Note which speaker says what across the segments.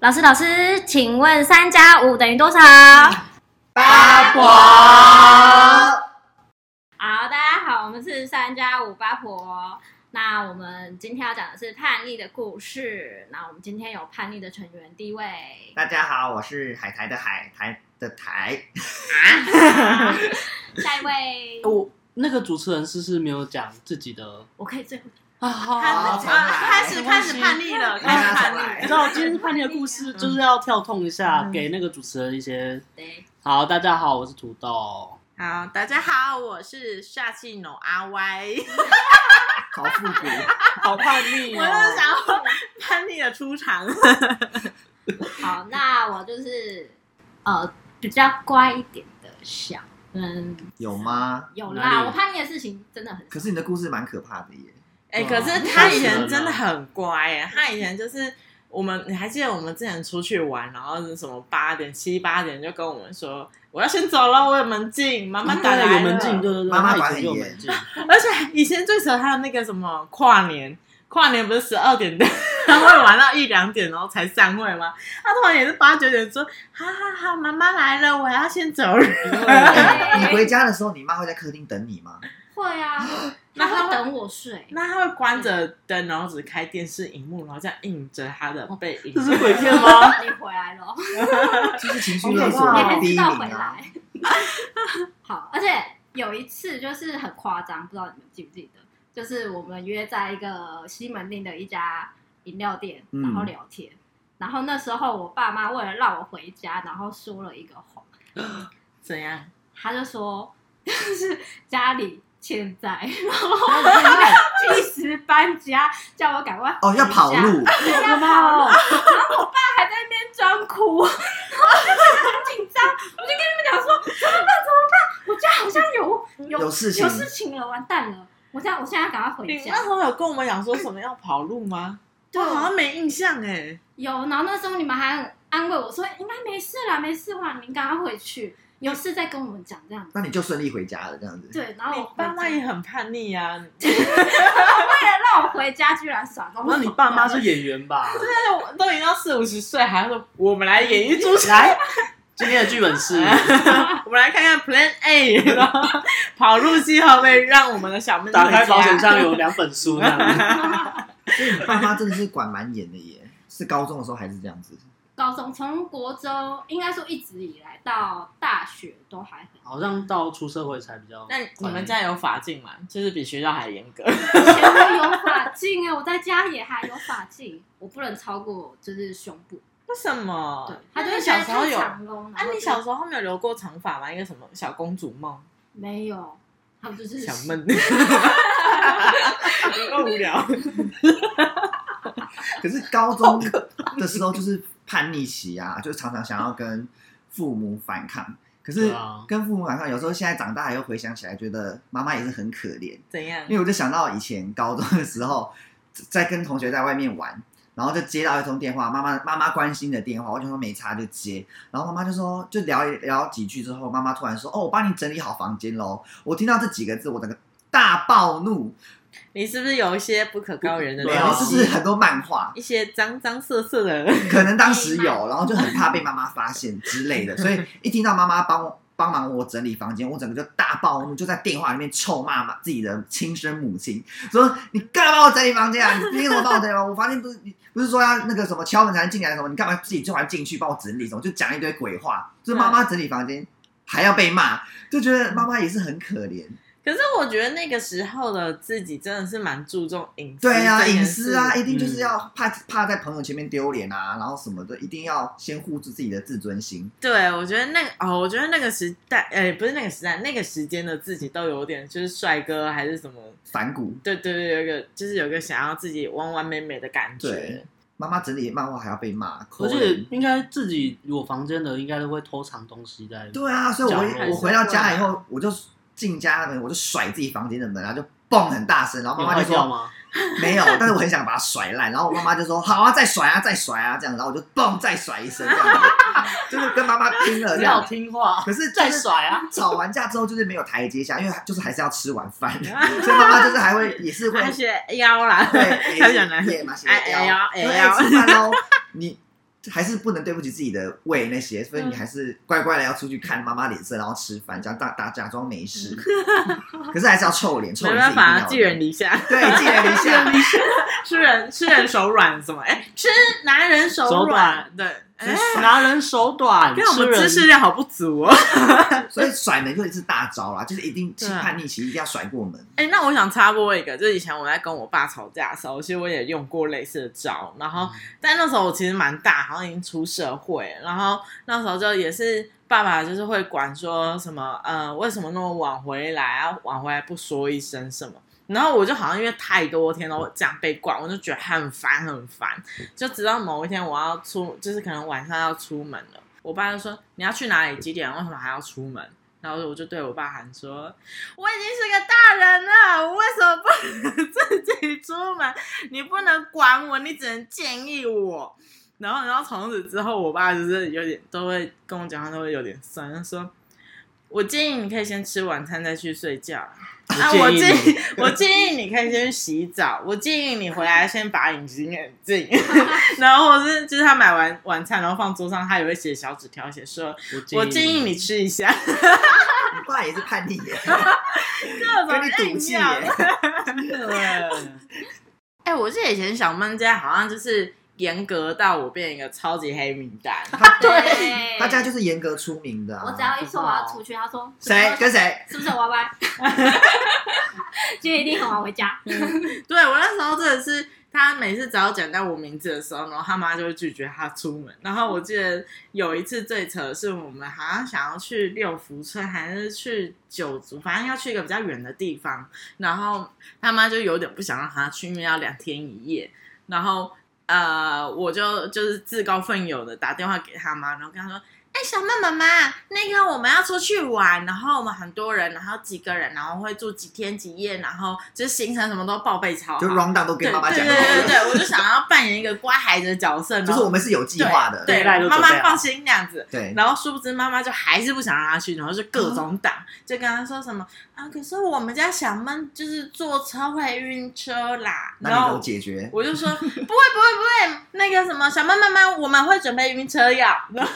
Speaker 1: 老师，老师，请问三加五等于 多少？
Speaker 2: 八婆，
Speaker 1: 好，大家好，我们是三加五八婆。那我们今天要讲的是叛逆的故事。那我们今天有叛逆的成员，第一位，
Speaker 2: 大家好，我是海苔的海苔的苔，
Speaker 1: 下一位，
Speaker 3: 我那个主持人是不是没有讲自己的
Speaker 1: 我可以最后
Speaker 3: 啊？好
Speaker 4: 他
Speaker 2: 好
Speaker 4: 自己
Speaker 2: 重来
Speaker 4: 啊开始开始叛逆了，开始叛
Speaker 2: 来
Speaker 3: 你
Speaker 4: 逆
Speaker 3: 知
Speaker 4: 了。
Speaker 3: 道我今天叛逆的故事
Speaker 4: 嗯
Speaker 3: 就是要跳痛一下，给那个主持人一些。
Speaker 1: 对，
Speaker 3: 好，大家好，我是土豆。
Speaker 4: 好，大家好，我是夏季农阿歪，
Speaker 2: 好复古，
Speaker 3: 好叛逆
Speaker 4: 我又想要叛逆的出场。
Speaker 1: 好，那我就是呃比较乖一点的小，嗯，
Speaker 2: 有吗？
Speaker 1: 有
Speaker 3: 哪
Speaker 1: 啦，
Speaker 3: 里
Speaker 1: 我叛逆的事情真的很少
Speaker 2: 可是你的故事蛮可怕的耶，
Speaker 4: 哎、
Speaker 3: 哇
Speaker 4: 可是他以前真的很乖哎，他以前就是我们，你还记得我们之前出去玩，然后是什么八点七八点就跟我们说我要先走了，我有门禁，妈妈
Speaker 3: 带
Speaker 4: 打来
Speaker 3: 了
Speaker 4: 了
Speaker 3: 有门禁，对对对，
Speaker 2: 妈妈
Speaker 3: 他
Speaker 2: 管
Speaker 3: 以前就有门禁，
Speaker 4: 而且以前最扯还有那个什么跨年，跨年不是十二点 的，他会玩到一两点，然后才散会吗？他突然也是八九点说，哈哈哈，妈妈来了，我要先走了。
Speaker 2: 哎
Speaker 1: 对
Speaker 2: 你回家的时候，你妈会在客厅等你吗？
Speaker 1: 会啊，
Speaker 4: 那
Speaker 1: 他
Speaker 4: 他
Speaker 1: 会等我睡。
Speaker 4: 那 他会关着灯，然后只开电视荧幕，然后这样映着他的背影。
Speaker 3: 这是鬼片吗？
Speaker 1: 你回来了，
Speaker 2: 就是情绪勒索
Speaker 1: 你
Speaker 3: 好可怕
Speaker 1: 还
Speaker 2: 的
Speaker 3: 哦
Speaker 2: 第
Speaker 1: 知
Speaker 2: 一
Speaker 1: 道回
Speaker 2: 名啊
Speaker 1: 来。。 好，而且有一次就是很夸张，不知道你们记不记得，就是我们约在一个西门町的一家饮料店，
Speaker 2: 嗯
Speaker 1: 然后聊天。然后那时候我爸妈为了让我回家，然后说了一个谎，
Speaker 4: 怎样？
Speaker 1: 他就说 就是家里欠债，然后 及时搬家，叫我赶快
Speaker 2: 哦，要跑
Speaker 1: 回家
Speaker 2: 路，
Speaker 1: 要跑了，然后我爸还在那边装哭， 然后我就觉得很紧张，我就跟你们讲说怎么办怎么办，我家好像有有
Speaker 2: 有事情
Speaker 1: 有事情了，完蛋了，我现在我现在赶快回
Speaker 4: 你
Speaker 1: 家
Speaker 4: 那。时候有跟我们讲说什么要跑路吗？
Speaker 1: 对
Speaker 4: 我啊好像没印象哎。
Speaker 1: 有，然后那时候你们还安慰我说应该没事啦，没事啦，你赶快回去，有事再跟我们讲这样子。
Speaker 2: 那你就顺利回家了，这样子。
Speaker 1: 对，然后
Speaker 4: 你
Speaker 1: 我
Speaker 4: 爸妈
Speaker 1: 回家
Speaker 4: 也很叛逆啊，
Speaker 1: 为了让我回家，居然耍东西。
Speaker 3: 那你爸妈是演员 吧？
Speaker 4: 但是我啊都已经到四五十岁，还要说我们来演一出戏。
Speaker 3: 来，今天的剧本是
Speaker 4: 嗯我们来看看 Plan A，然 后跑路计划会让我们的小妹妹
Speaker 3: 打开保险
Speaker 4: 回家
Speaker 3: 箱有两本书那 样。
Speaker 2: 所以你爸妈真的是管蛮严的耶，是高中的时候还是这样子？
Speaker 1: 高中从国中，应该说一直以来到大学都还很
Speaker 3: 好像到出社会才比较。
Speaker 4: 那你们家有法禁吗？就是比学校还严格。
Speaker 1: 以前我有法镜哎、我在家也还有法镜，我不能超过就是胸部。
Speaker 4: 为什么？
Speaker 1: 对，
Speaker 4: 哦那
Speaker 1: 他就
Speaker 4: 你
Speaker 1: 是
Speaker 4: 小时候有。
Speaker 1: 啊
Speaker 4: 啊，，你小时候没有留过长发吗？一个什么小公主梦、
Speaker 1: 没有？他们就是
Speaker 4: 小 闷，有够无聊。
Speaker 2: 可是高中的时候就是叛逆期啊，就是常常想要跟父母反抗。可是
Speaker 3: 对啊
Speaker 2: 跟父母反抗，有时候现在长大又回想起来，觉得妈妈也是很可怜。
Speaker 4: 怎样
Speaker 2: 因？为我就想到以前高中的时候，在跟同学在外面玩，然后就接到一通电话，妈妈妈妈关心的电话，我就说没差就接，然后妈妈就说就聊一聊几句之后，妈妈突然说哦，我帮你整理好房间喽。我听到这几个字，我整个大暴怒，
Speaker 4: 你是不是有一些不可告人的
Speaker 2: 没
Speaker 3: 对
Speaker 2: 有
Speaker 3: 啊
Speaker 4: 东，
Speaker 2: 就
Speaker 4: 西？
Speaker 2: 是很多漫画，
Speaker 4: 一些脏脏色色 的，
Speaker 2: 可能当时有，然后就很怕被妈妈发现之类的，所以一听到妈妈帮我帮忙我整理房间，我整个就大暴怒，就在电话里面臭骂骂自己的亲生母亲，说你干嘛帮我整理房间啊？你凭什么帮我整理房间？我房间不是你不是说要那个什么敲门才能进来什么？你干嘛自己就还进去帮我整理什么？就讲一堆鬼话，就是妈妈整理房间还要被骂，就觉得妈妈也是很可怜。
Speaker 4: 可是我觉得那个时候的自己真的是蛮注重隐私，
Speaker 2: 对啊，
Speaker 4: 这件
Speaker 2: 隐
Speaker 4: 事
Speaker 2: 私啊，一定就是要怕怕在朋友前面丢脸啊，然后什么的，一定要先护住自己的自尊心。
Speaker 4: 对，我觉得那个哦，我觉得那个时代，哎、不是那个时代，那个时间的自己都有点就是帅哥还是什么，
Speaker 2: 反骨，
Speaker 4: 对对对，有一个就是有一个想要自己完完美美的感觉
Speaker 2: 对。妈妈整理漫画还要被骂，
Speaker 3: 而
Speaker 2: 可
Speaker 3: 且应该自己有房间的，应该都会偷藏东西在。
Speaker 2: 对啊，所以我
Speaker 3: 讲还
Speaker 2: 回
Speaker 3: 是
Speaker 2: 我回到家以后，我就进家门，我就甩自己房间的门，然后就蹦很大声，然后
Speaker 3: 有
Speaker 2: 妈妈
Speaker 3: 坏
Speaker 2: 就
Speaker 3: 掉
Speaker 2: 哦说
Speaker 3: 吗？
Speaker 2: 没有，但是我很想把它甩烂，然后我妈妈就说好啊，再甩啊，再甩啊这样，然后我就蹦再甩一声，这样子就是跟妈妈拼了这
Speaker 3: 你好
Speaker 2: 样。
Speaker 3: 听 话，
Speaker 2: 可是
Speaker 3: 再
Speaker 2: 就是
Speaker 3: 甩啊！
Speaker 2: 吵完架之后就是没有台阶下，因为就是还是要吃晚饭，所以妈妈就是还会也是会
Speaker 4: 他学腰啦，
Speaker 2: 对，
Speaker 4: 他想来
Speaker 2: 也嘛，
Speaker 4: 哎哎
Speaker 2: 哎
Speaker 4: 呀
Speaker 2: 呀
Speaker 4: 哎
Speaker 2: 哎
Speaker 4: 呀
Speaker 2: 呀，吃饭喽！你还是不能对不起自己的胃那些，所以你
Speaker 4: 嗯
Speaker 2: 还是乖乖的要出去看妈妈脸色，然后吃饭，这样大大假装没事。 可是还是要臭脸，臭
Speaker 4: 嗯没
Speaker 2: 脸是一
Speaker 4: 办
Speaker 2: 定
Speaker 4: 法，啊
Speaker 2: 要的
Speaker 4: 寄人篱下，
Speaker 2: 对寄人篱下。
Speaker 4: 吃人吃人手软什么？哎，吃男人手
Speaker 3: 手
Speaker 4: 软
Speaker 3: 短，
Speaker 4: 对，哎，
Speaker 3: 拿人手短，
Speaker 4: 因为我
Speaker 3: 吃
Speaker 4: 们
Speaker 3: 人
Speaker 4: 知识量好不足哦。
Speaker 2: 所以甩门就是大招啦，就是一定
Speaker 4: 对啊
Speaker 2: 叛逆期一定要甩过 门。
Speaker 4: 哎、那我想插播一个，就是以前我在跟我爸吵架的时候，其实我也用过类似的招。然后，但那时候我其实蛮大，好像已经出社会，然后那时候就也是爸爸就是会管说什么，呃，为什么那么晚回来啊？晚回来不说一声什么？然后我就好像因为太多天都这样被管，我就觉得很烦很烦。就直到某一天我要出，就是可能晚上要出门了，我爸就说你要去哪里？几点？为什么还要出门？然后我就对我爸喊说：“我已经是个大人了，我为什么不能 自己出门？你不能管我，你只能建议我。”然后，然后从此之后，我爸就是有点都会跟我讲，他都会有点酸，他说：“我建议你可以先吃晚餐再去睡觉。”啊，我
Speaker 3: 我建
Speaker 4: 建
Speaker 3: 议
Speaker 4: 议，我建议你可以先去洗澡。我建议你回来先把隐形眼 镜，然后或是就是他买完晚餐，然后放桌上，他也会写小纸条，写说我建议你吃一下，
Speaker 2: 你爸也是叛逆 耶，
Speaker 4: 各
Speaker 2: 跟你
Speaker 4: 种
Speaker 2: 赌
Speaker 4: 硬
Speaker 2: 气
Speaker 4: 要
Speaker 2: 耶。
Speaker 4: 哎、我记得以前小闷家好像就是严格到我变一个超级黑名单，
Speaker 2: 他
Speaker 1: 对，
Speaker 2: 他家就是严格出名的啊。
Speaker 1: 我只要一说我要出去，他说
Speaker 2: 谁跟谁，
Speaker 1: 是不是我要歪？ 就一定很晚回家。
Speaker 4: 对我那时候真的是，他每次只要讲到我名字的时候，然后他妈就会拒绝他出门。然后我记得有一次最扯的是，我们好像想要去六福村还是去九族，反正要去一个比较远的地方。然后他妈就有点不想让他去，因为要两天一夜。然后呃，我就就是自告奋勇的打电话给他妈，然后跟他说。哎、小曼妈妈，那个我们要出去玩，然后我们很多人，然后几个人，然后会住几天几夜，然后就是行程什么都报备超好，
Speaker 2: 就 round down 都
Speaker 4: 对
Speaker 2: 跟妈妈
Speaker 4: 对
Speaker 2: 讲
Speaker 4: 对哦对
Speaker 2: 好
Speaker 4: 对，我就想要扮演一个乖孩子的角色，
Speaker 2: 了，
Speaker 4: 然
Speaker 2: 就
Speaker 4: 后
Speaker 2: 是我们是有计划的。
Speaker 3: 对
Speaker 4: 对，对
Speaker 3: 对
Speaker 4: 妈妈放心那样子。
Speaker 2: 对，
Speaker 4: 然后殊不知妈妈就还是不想让他去，然后就各种挡，
Speaker 2: 哦
Speaker 4: 就跟他说什么啊，可是我们家小闷就是坐车会晕车啦，
Speaker 2: 那
Speaker 4: 然
Speaker 2: 你
Speaker 4: 后
Speaker 2: 都。解决。
Speaker 4: 我就说不会不会不会，那个什么小曼妈妈，我们会准备晕车药。然后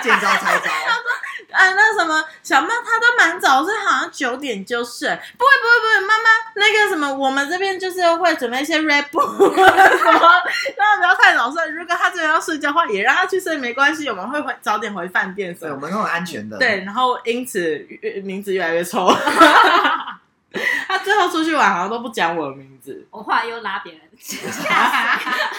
Speaker 2: 见招拆，见招拆招。
Speaker 4: 啊，那什么小曼她都蛮早，是好像九点就睡。不会不会不会，妈妈那个什么，我们这边就是会准备一些 Red Bull 什么，让她不要太早睡。如果她真的要睡觉的话，也让她去睡没关系，我们会回早点回饭店什
Speaker 2: 对，
Speaker 4: 么
Speaker 2: 我
Speaker 4: 的。
Speaker 2: 们都很安全的。
Speaker 4: 对，然后因此越名字越来越 臭。她最后出去玩好像都不讲我的名字。
Speaker 1: 我后来又拉别人，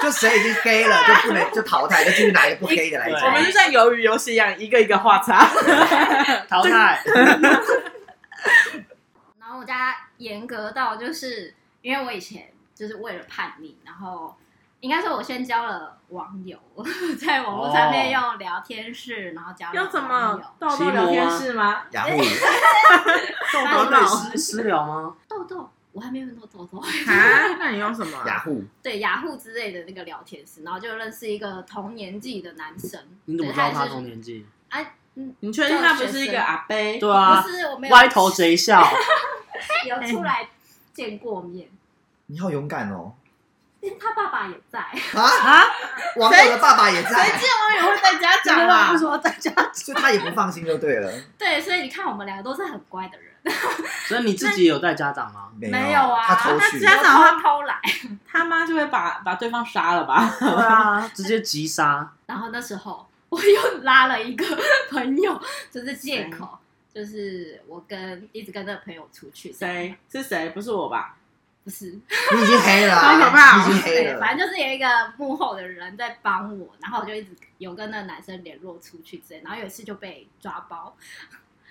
Speaker 2: 就谁已经黑了，就不能就淘汰，就继续拿一个不黑的来
Speaker 3: 对
Speaker 4: 我们
Speaker 2: 讲。
Speaker 4: 就像鱿鱼游戏一样，一个一个画叉。
Speaker 3: 淘汰，
Speaker 1: 然后我家严格到就是因为我以前就是为了叛逆，然后应该说我先交了网友，在网络上面用聊天室，然后交了
Speaker 4: 用什哦么
Speaker 1: 网友？
Speaker 4: 豆豆聊天室吗？
Speaker 2: 雅虎，
Speaker 3: 豆豆可以私私啊聊吗？
Speaker 1: 豆豆，我还没有用过豆 豆。
Speaker 4: 啊， 那你用什么啊？
Speaker 2: 雅虎，
Speaker 1: 对雅虎之类的那个聊天室，然后就认识一个同年纪的男生。
Speaker 3: 你怎么
Speaker 1: 对
Speaker 3: 知道
Speaker 1: 他
Speaker 3: 他
Speaker 1: 也是
Speaker 3: 同年纪？
Speaker 4: 你确定他不是一个阿伯？对
Speaker 3: 对啊
Speaker 1: 不，是我没有
Speaker 3: 歪头贼笑，
Speaker 1: 有出来见过面，
Speaker 2: 你好勇敢哦！
Speaker 1: 因为他爸爸也在，
Speaker 2: 啊，
Speaker 4: 啊，
Speaker 2: 网友的爸爸也在，
Speaker 4: 网友会在家长啊
Speaker 3: 为？什么在家？
Speaker 2: 所以他也不放心就对了。
Speaker 1: 对，所以你看我们两个都是很乖的人，
Speaker 3: 所以你自己有带家长吗？
Speaker 2: 没
Speaker 1: 没有啊
Speaker 2: 他偷
Speaker 4: 他
Speaker 2: 去
Speaker 4: 只。要
Speaker 1: 然后偷来。
Speaker 4: 他妈就会把把对方杀了吧？
Speaker 3: 对啊， 直接急杀。
Speaker 1: 然后那时候我又拉了一个 朋友，就是借口，就是我跟一直跟那个朋友出去，
Speaker 4: 谁是谁？不是我吧？
Speaker 1: 不是，
Speaker 2: 你已经黑了啊，
Speaker 4: 好可怕哦
Speaker 2: 你已经黑
Speaker 1: 对，
Speaker 2: 了。
Speaker 1: 反正就是有一个幕后的人在帮我，然后我就一直有跟那个男生联络出去之类，然后有一次就被抓包，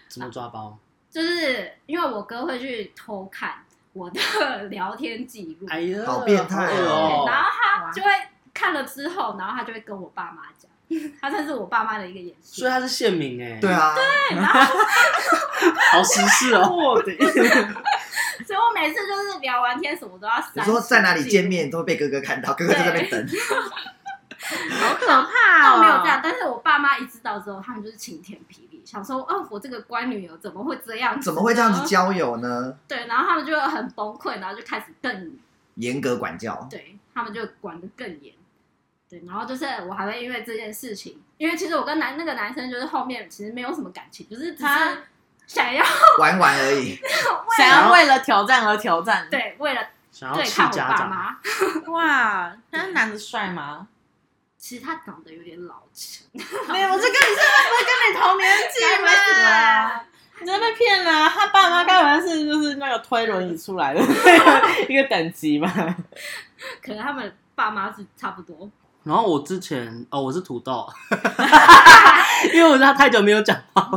Speaker 3: 怎么抓包
Speaker 1: 就是因为我哥会去偷看我的 聊天记录，
Speaker 3: 哎呀，
Speaker 2: 好变态哦
Speaker 1: 对然
Speaker 3: 哦！
Speaker 1: 后他就会看了之后，然后他就会跟我爸妈讲， 他算是我爸妈的一个演戏
Speaker 3: 所
Speaker 2: 啊
Speaker 3: 以。他是县民哎，
Speaker 2: 对，啊，
Speaker 3: 好时事哦。
Speaker 4: 我的，
Speaker 1: 所以我每次就是聊完天什么都要删。
Speaker 2: 你说在哪里见？面都会被哥哥看到，哥哥在那边等。
Speaker 4: 好可怕
Speaker 1: 倒
Speaker 4: 哦！
Speaker 1: 没有这样，但是我爸妈一知道之后，他们就是晴天霹雳，想说，哦，我这个乖女儿怎么会这样？
Speaker 2: 怎么会这样子？交友呢？
Speaker 1: 对，然后他们就很崩溃，然后就开始更
Speaker 2: 严格管教，
Speaker 1: 对他们就管得更严。对，然后就是我还会因为这件事情，因为其实我跟男那个男生就是后面其实没有什么感情，就是只
Speaker 4: 他
Speaker 1: 是想要
Speaker 2: 玩玩而已。
Speaker 4: 想要为了挑战而挑战。，
Speaker 1: 对为了
Speaker 3: 想要
Speaker 1: 对
Speaker 3: 气
Speaker 1: 抗我
Speaker 3: 家
Speaker 1: 爸
Speaker 3: 长，
Speaker 1: 妈。
Speaker 4: 哇，那男的帅吗？
Speaker 1: 其实他长得有点老成，
Speaker 4: 没有，我就跟你说，我是跟你同年纪
Speaker 1: 该不会是
Speaker 4: 嘛
Speaker 1: 吧。
Speaker 4: 你真被骗了、他爸妈该不会是就是那个推轮椅出 来的那个一个等级吧？
Speaker 1: 可能他们爸妈是差不多。
Speaker 3: 然后我之前哦，我是土豆， 因为我知道太久没有讲话。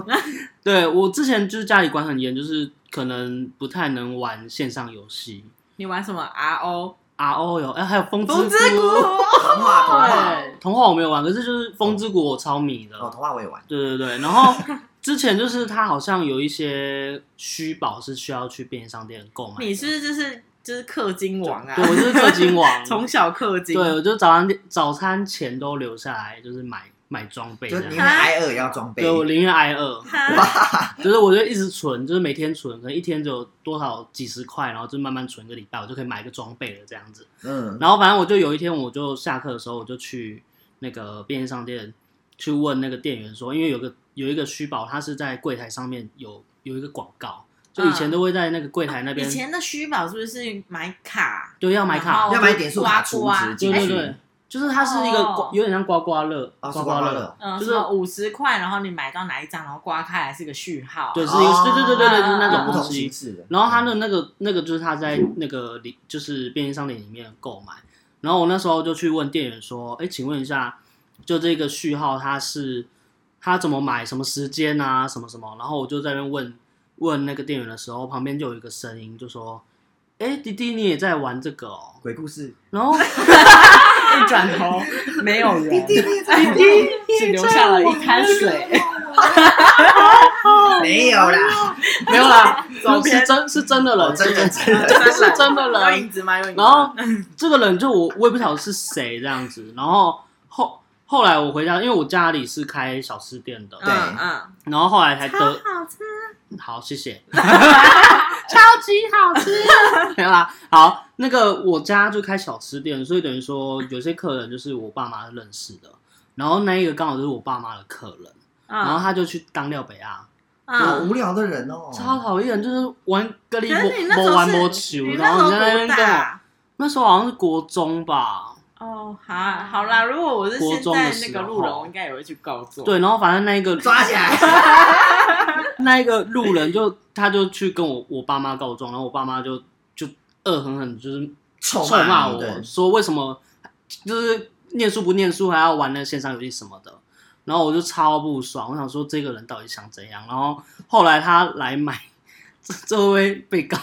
Speaker 3: 对我之前就是家里管很严，就是可能不太能玩线上游戏
Speaker 4: 你玩什么 RO？
Speaker 3: ，R O 有，哎、还有风
Speaker 4: 风之
Speaker 3: 之
Speaker 4: 谷，
Speaker 2: 童话，童话，
Speaker 3: 对，童话我没有玩，可是就是风之谷我超迷的。
Speaker 2: 哦，童话我也玩。
Speaker 3: 对对对，然后之前就是它好像有一些虚宝是需要去便利商店购买的。
Speaker 4: 你是不是就是就是氪金王啊
Speaker 3: 对，？我就是氪金王，
Speaker 4: 从小氪金，
Speaker 3: 对，我就早餐早餐钱都留下来，就是买买装备
Speaker 2: 就
Speaker 3: 这
Speaker 2: 宁
Speaker 3: 样。
Speaker 2: 愿挨饿也要装备
Speaker 3: 对，。我宁愿挨饿，
Speaker 4: 哈
Speaker 3: 就是我就一直存，就是每天存，可能一天只有多少几十块，然后就慢慢存一个礼拜，我就可以买一个装备了这样子。
Speaker 2: 嗯，
Speaker 3: 然后反正我就有一天，我就下课的时候，我就去那个便利商店去问那个店员说，因为有个有一个虚宝，它是在柜台上面有有一个广告，就以前都会在那个柜台那边
Speaker 4: 嗯以、前的虚宝是不是买卡？
Speaker 3: 对要买
Speaker 4: 然
Speaker 3: 卡，
Speaker 4: 后
Speaker 2: 要买点数卡充值
Speaker 3: 对
Speaker 2: 进
Speaker 3: 啊对
Speaker 2: 去。
Speaker 3: 对，就是它是一个
Speaker 4: 哦
Speaker 3: 刮有点像刮刮乐，
Speaker 2: 哦，是
Speaker 3: 刮
Speaker 2: 刮刮
Speaker 3: 乐。
Speaker 2: 乐。
Speaker 4: 嗯，
Speaker 3: 就
Speaker 4: 就是是五十块，然后你买到哪一张，然后刮开来是个序号。啊
Speaker 3: 对，是
Speaker 2: 哦
Speaker 3: 一个，对对对对对，就是
Speaker 2: 有
Speaker 3: 那种
Speaker 2: 不
Speaker 3: 东
Speaker 2: 同形
Speaker 3: 西。
Speaker 2: 式的。
Speaker 3: 嗯
Speaker 2: 嗯
Speaker 3: 然后他的那个那个就是他在那个里就是便利商店里面购买，然后我那时候就去问店员说，哎，请问一下，就这个序号它是他怎么买，什么时间啊，什么什么，然后我就在那边问问那个店员的时候，旁边就有一个声音就说，哎，弟弟你也在玩这个哦，
Speaker 2: 鬼故事，
Speaker 3: 然后
Speaker 4: 一转头 没有人，
Speaker 2: 滴滴滴
Speaker 4: 只留下了一 滩 水。
Speaker 2: 没有啦，
Speaker 3: 没 有啦，
Speaker 4: 走偏
Speaker 3: 是真是真的
Speaker 2: 哦
Speaker 3: 人，
Speaker 2: 真的真 的，
Speaker 4: 是
Speaker 3: 真的了
Speaker 4: 有影子吗？有影子
Speaker 3: 然后这个人就我我也不晓得是谁这样子，然后后后来我回家，因为我家里是开小吃店的，
Speaker 2: 对
Speaker 4: 嗯嗯，
Speaker 3: 然后后来才得
Speaker 4: 好吃，
Speaker 3: 好谢谢， 超级好吃，没有啦。好，那个我家就开小吃店，所以等于说有些客人就是我爸妈认识的，然后那一个刚好就是我爸妈的客人，然后
Speaker 4: 嗯
Speaker 3: 他就去当料北啊，
Speaker 2: 好
Speaker 4: 嗯，
Speaker 2: 无聊的人哦，
Speaker 3: 超讨厌，就是玩咖
Speaker 4: 可是你
Speaker 3: 喱
Speaker 4: 那时
Speaker 3: 摸
Speaker 4: 候
Speaker 3: 摸玩
Speaker 4: 是
Speaker 3: 摸球，
Speaker 4: 你那
Speaker 3: 然
Speaker 4: 时
Speaker 3: 后你
Speaker 4: 候
Speaker 3: 在那边
Speaker 4: 多
Speaker 3: 跟我
Speaker 4: 大？啊
Speaker 3: 那时候好像是国中吧，
Speaker 4: 哦，好啊，好啦，如果我是现在那个路
Speaker 3: 国中的时
Speaker 4: 人，
Speaker 3: 候
Speaker 4: 我应该也会去告状。
Speaker 3: 对，然后反正那一个
Speaker 2: 抓起来，
Speaker 3: 那一个路人就他就去跟我我爸妈告状，然后我爸妈就就恶狠狠地就是
Speaker 2: 臭
Speaker 3: 臭骂
Speaker 2: 你
Speaker 3: 我
Speaker 2: 对
Speaker 3: 说为什么就是念书不念书还要玩那线上游戏什么的，然后我就超不爽，我想说这个人到底想怎样？然后后来他来买。这这位被告，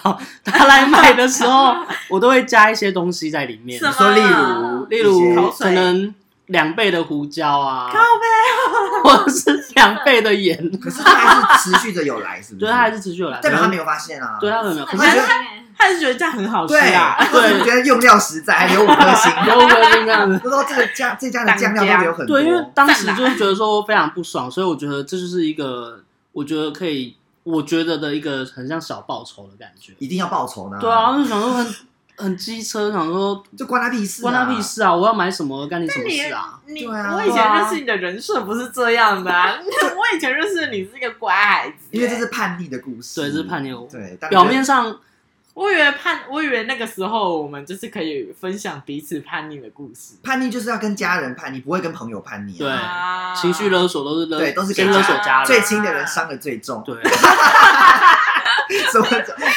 Speaker 3: 他来买的时候，我都会加一些东西在里面，
Speaker 4: 什么？
Speaker 2: 说例如
Speaker 3: 例
Speaker 2: 一
Speaker 3: 如
Speaker 4: 口
Speaker 2: 些
Speaker 4: 水
Speaker 3: 可能两倍的胡椒啊
Speaker 4: 靠，呗，
Speaker 3: 或者是两倍的盐，
Speaker 2: 可是他还是持续的有来，是不
Speaker 3: 对，
Speaker 2: 是？
Speaker 3: 他还是持续有来，
Speaker 2: 代表他没
Speaker 3: 有，
Speaker 2: 有发现啊。
Speaker 3: 对他没有，
Speaker 1: 很
Speaker 3: 可
Speaker 2: 是
Speaker 1: 开
Speaker 3: 是
Speaker 1: 心哎，
Speaker 4: 他是觉得这样很好吃
Speaker 2: 对
Speaker 4: 啊。
Speaker 2: 我是觉得用料实在，还留五颗星。
Speaker 3: 有可能这样子。
Speaker 2: 不知道这个酱这家的酱料都有很多，
Speaker 3: 对，因为当时就是觉得说非常不爽，所以我觉得这就是一个，我觉得可以，我觉得的一个很像小报仇的感觉。
Speaker 2: 一定要报仇呢。
Speaker 3: 对啊，，就想说很很机车，想说
Speaker 2: 就关他屁事，
Speaker 3: 关他屁。事啊！我要买什么干你什么
Speaker 4: 你
Speaker 3: 事啊？
Speaker 4: 你
Speaker 2: 对啊
Speaker 4: 我以前认识你的人设不是这样的 啊，我以前认识你是一个乖孩子，欸
Speaker 2: 因为这是叛逆的故事，
Speaker 3: 对，这是叛逆。我
Speaker 2: 对，但
Speaker 3: 表面上
Speaker 4: 我以为叛，我以为那个时候我们就是可以分享彼此叛逆的故事，
Speaker 2: 叛逆就是要跟家人叛逆，不会跟朋友叛逆啊。
Speaker 3: 对
Speaker 4: 啊
Speaker 3: 情绪勒索都是勒，
Speaker 2: 对都是给
Speaker 3: 先勒索家
Speaker 4: 家
Speaker 2: 最
Speaker 3: 人。
Speaker 2: 亲的人伤的最重，
Speaker 3: 对，
Speaker 2: 什么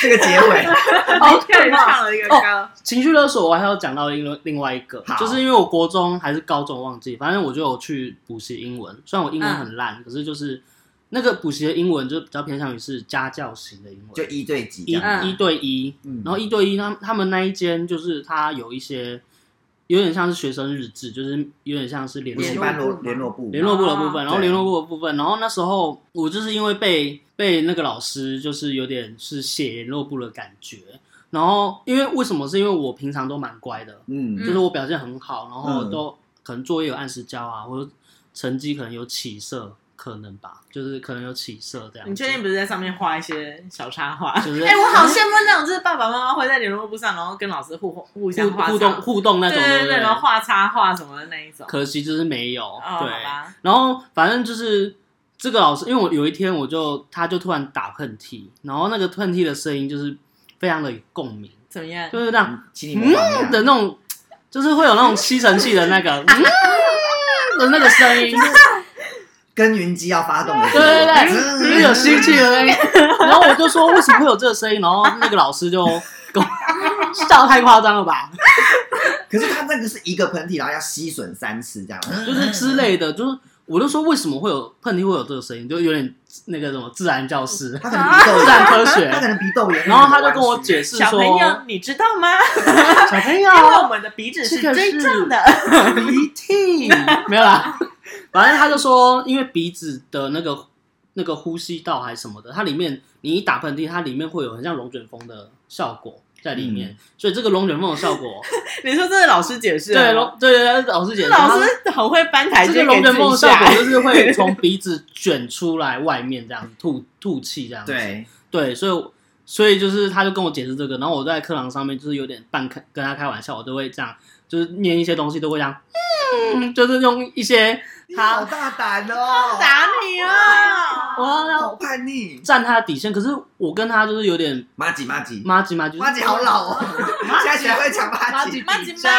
Speaker 2: 这个结 尾？
Speaker 4: 好可
Speaker 3: 啊
Speaker 4: 怕了一
Speaker 3: 哦
Speaker 4: 个歌，
Speaker 3: 情绪勒索我还要讲到另另外一个
Speaker 2: 好，
Speaker 3: 就是因为我国中还是高中忘记，反正我就有去补习英文，虽然我英文很烂，可是就是那个补习的英文就比较偏向于是家教型的英文，
Speaker 2: 就一对几这
Speaker 3: 一、
Speaker 2: 样。
Speaker 4: 嗯
Speaker 3: 一对一，
Speaker 2: 嗯
Speaker 3: 然后一对一他他们那一间就是他有一些有点像是学生日志，就是有点像是联
Speaker 2: 补习
Speaker 3: 络
Speaker 2: 班联联络部，
Speaker 3: 联络部的部
Speaker 4: 啊
Speaker 3: 分，然后
Speaker 2: 对
Speaker 3: 联络部的部分，然后那时候我就是因为被被那个老师就是有点是写联络部的感觉，然后因为为什么是因为我平常都蛮乖的，
Speaker 2: 嗯，
Speaker 3: 就是我表现很好，然后
Speaker 2: 嗯
Speaker 3: 都可能作业有按时交啊，或者成绩可能有起色，可能吧，就是可能有起色这样子。
Speaker 4: 你确定不是在上面画一些小插 画？
Speaker 3: 就是
Speaker 4: 哎、我
Speaker 3: 嗯
Speaker 4: 好羡慕那种，就是爸爸妈妈会在联络簿上，然后跟老师互互相
Speaker 3: 互
Speaker 4: 画
Speaker 3: 互
Speaker 4: 插
Speaker 3: 动互动那
Speaker 4: 对
Speaker 3: 种，
Speaker 4: 对
Speaker 3: 不
Speaker 4: 对，然后画插画什么的那一种。
Speaker 3: 可惜就是没有。
Speaker 4: 哦，好
Speaker 3: 对，
Speaker 4: 吧，
Speaker 3: 然后反正就是这个老师，因为我有一天我就他就突然打喷嚏，然后那个喷嚏的声音就是非常的有共鸣，
Speaker 4: 怎么样？
Speaker 3: 就是让
Speaker 2: 请你模仿一
Speaker 3: 嗯
Speaker 2: 下
Speaker 3: 的那种，就是会有那种吸尘器的那个嗯的那个声音，
Speaker 2: 耕耘机要发动的时
Speaker 3: 对
Speaker 2: 候，
Speaker 3: 对对，就是有吸气的声音。然后我就说为什么会有这个声音，然后那个老师就跟我笑得太夸张了吧，
Speaker 2: 可是他那个是一个喷嚏，然后要吸吮三次这样，
Speaker 3: 就是之类的，就是我就说为什么会有喷嚏会有这个声音，就有点那个什么自然教室、
Speaker 2: 他可能鼻
Speaker 3: 自
Speaker 2: 窦
Speaker 3: 然
Speaker 2: 炎，
Speaker 3: 科学
Speaker 2: 他。可能鼻窦炎。
Speaker 3: 啊然后他就跟我解释说，
Speaker 4: 小朋友，你 知道吗？
Speaker 3: 小朋
Speaker 4: 因为我
Speaker 3: 友
Speaker 4: 们的鼻子是
Speaker 3: 这个
Speaker 4: 锥
Speaker 3: 是
Speaker 4: 状的，
Speaker 3: 鼻涕没有啦，反正他就说，因为鼻子的那个那个呼吸道还是什么的，它里面你一打喷嚏，它里面会有很像龙卷风的效果在里面，所以这个龙卷风的效果，
Speaker 4: 你说 这是老师解释的
Speaker 3: 对
Speaker 4: 吗
Speaker 3: 龙对对对，老师解释，
Speaker 4: 老师很会搬台
Speaker 3: 它这
Speaker 4: 阶
Speaker 3: 个
Speaker 4: 给
Speaker 3: 龙
Speaker 4: 自
Speaker 3: 卷风的效
Speaker 4: 己
Speaker 3: 果
Speaker 4: 下。
Speaker 3: 就是会 从鼻子卷出来外面这样吐吐气这样子，
Speaker 2: 对，
Speaker 3: 对，所以所以就是他就跟我解释这个，然后我在课堂上面就是有点半开跟他开玩笑，我都会这样，就是念一些东西都会这样，嗯，就是用一些
Speaker 2: 他
Speaker 3: 他
Speaker 2: 好大胆哦，
Speaker 4: 打你啊！
Speaker 3: 我
Speaker 2: 好
Speaker 3: 要
Speaker 2: 叛逆，
Speaker 3: 站他的底线，可是我跟他就是有点
Speaker 2: 马吉马吉
Speaker 3: 妈吉妈吉，
Speaker 2: 马吉好老哦，现在谁会讲马
Speaker 3: 妈
Speaker 2: 吉？
Speaker 4: 妈
Speaker 3: 吉
Speaker 4: 吉妈，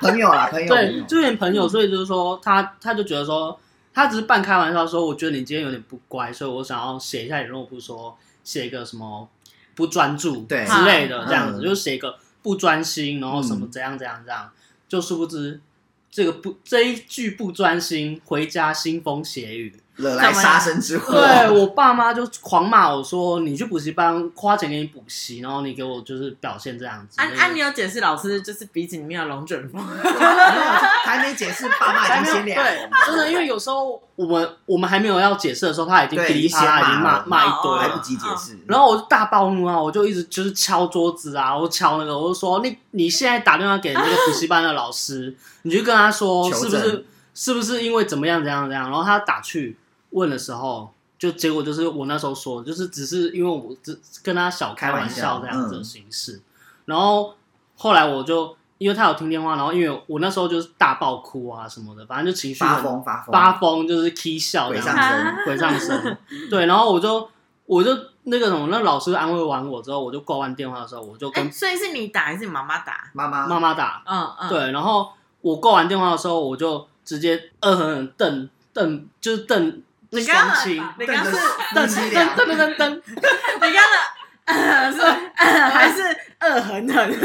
Speaker 2: 朋友啦，朋友，朋
Speaker 3: 对，
Speaker 2: 友
Speaker 3: 就有点朋友，所以就是说他他就觉得说他只是半开玩笑说，我觉得你今天有点不乖，所以我想要写一下你如果不说写一个什么不专注
Speaker 2: 对
Speaker 3: 之类
Speaker 2: 嗯
Speaker 3: 的这样子，
Speaker 2: 嗯
Speaker 3: 就是写一个不专心，然后什么
Speaker 2: 嗯
Speaker 3: 怎样怎样怎样，就殊不知这个不这一句不专心，回家腥风血雨。
Speaker 2: 惹来杀身之祸。
Speaker 3: 对我爸妈就狂骂我说，你去补习班花钱给你补习，然后你给我就是表现这样子。
Speaker 4: 安
Speaker 3: 就是
Speaker 4: 啊安，你有解释老师就是鼻子里面有龙卷风，
Speaker 2: 还没解释，爸妈
Speaker 3: 还
Speaker 2: 已
Speaker 3: 没
Speaker 2: 经
Speaker 3: 有
Speaker 2: 先 凉了
Speaker 3: 对，，真的，因为有时候我们我们还没有要解释的时候，他已经
Speaker 2: 对
Speaker 3: 噼里啪啦已经骂
Speaker 2: 先
Speaker 3: 骂一堆
Speaker 4: 对
Speaker 2: 来
Speaker 3: 了
Speaker 2: 不及解释。
Speaker 3: 啊嗯然后我就大暴怒啊！我就一直就是敲桌子啊，我敲那个，我就说你你现在打电话给那个补习班的老师，你就跟他说
Speaker 2: 求
Speaker 3: 是
Speaker 2: 证
Speaker 3: 不是是不是因为怎么样怎样怎样？然后他打去问的时候，就结果就是我那时候说，就是只是因为我只跟他小开玩笑这样子的
Speaker 2: 嗯
Speaker 3: 形式。然后后来我就因为他有听电话，然后因为我那时候就是大爆哭啊什么的，反正就情绪
Speaker 2: 发
Speaker 3: 很
Speaker 2: 疯发疯
Speaker 3: 发疯，啊就是 k 笑这
Speaker 2: 鬼上
Speaker 3: 样子。
Speaker 2: 身，
Speaker 3: 鬼上身。对，然后我就我就那个什么，那老师安慰完我之后，我就挂完电话的时候，我就
Speaker 4: 哎，
Speaker 3: 跟
Speaker 4: 所以是你打还是你妈妈打？
Speaker 2: 妈
Speaker 3: 妈
Speaker 2: 妈
Speaker 3: 妈打。
Speaker 4: 嗯嗯，，
Speaker 3: 对，然后我挂完电话的时候，我就直接呃恶狠狠瞪瞪，就是瞪
Speaker 4: 你刚
Speaker 3: 双
Speaker 4: 刚
Speaker 3: 亲，
Speaker 4: 你刚刚是
Speaker 3: 瞪
Speaker 2: 邓
Speaker 3: 瞪
Speaker 2: 西
Speaker 3: 瞪
Speaker 2: 良，
Speaker 3: 瞪瞪瞪，
Speaker 4: 你刚刚呃是呃还是恶狠狠，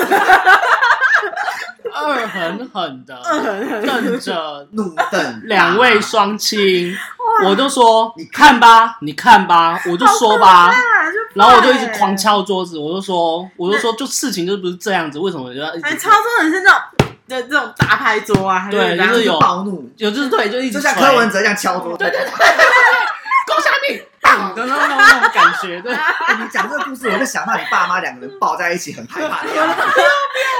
Speaker 3: 恶狠狠 的瞪着
Speaker 2: 怒瞪
Speaker 3: 两位双亲，我就说
Speaker 2: 你
Speaker 3: 看吧，你看吧，我就说吧。
Speaker 4: 啊就
Speaker 3: 然后我就一直狂敲桌子，我就说，我就说，就事情就不是这样子，为什么就要一
Speaker 4: 哎，
Speaker 3: 直
Speaker 4: 超重的是那种的这种大牌桌啊，还
Speaker 3: 对
Speaker 4: 这样
Speaker 3: 就是有
Speaker 2: 暴怒，
Speaker 3: 有就是对，就一直
Speaker 2: 就像
Speaker 3: 捶
Speaker 2: 柯文哲这样敲桌。
Speaker 3: 对对对对对对，勾下你，棒的那种那种感觉，对，
Speaker 2: 哎你讲这个故事，我就想到你爸妈两个人抱在一起，很害怕的样子。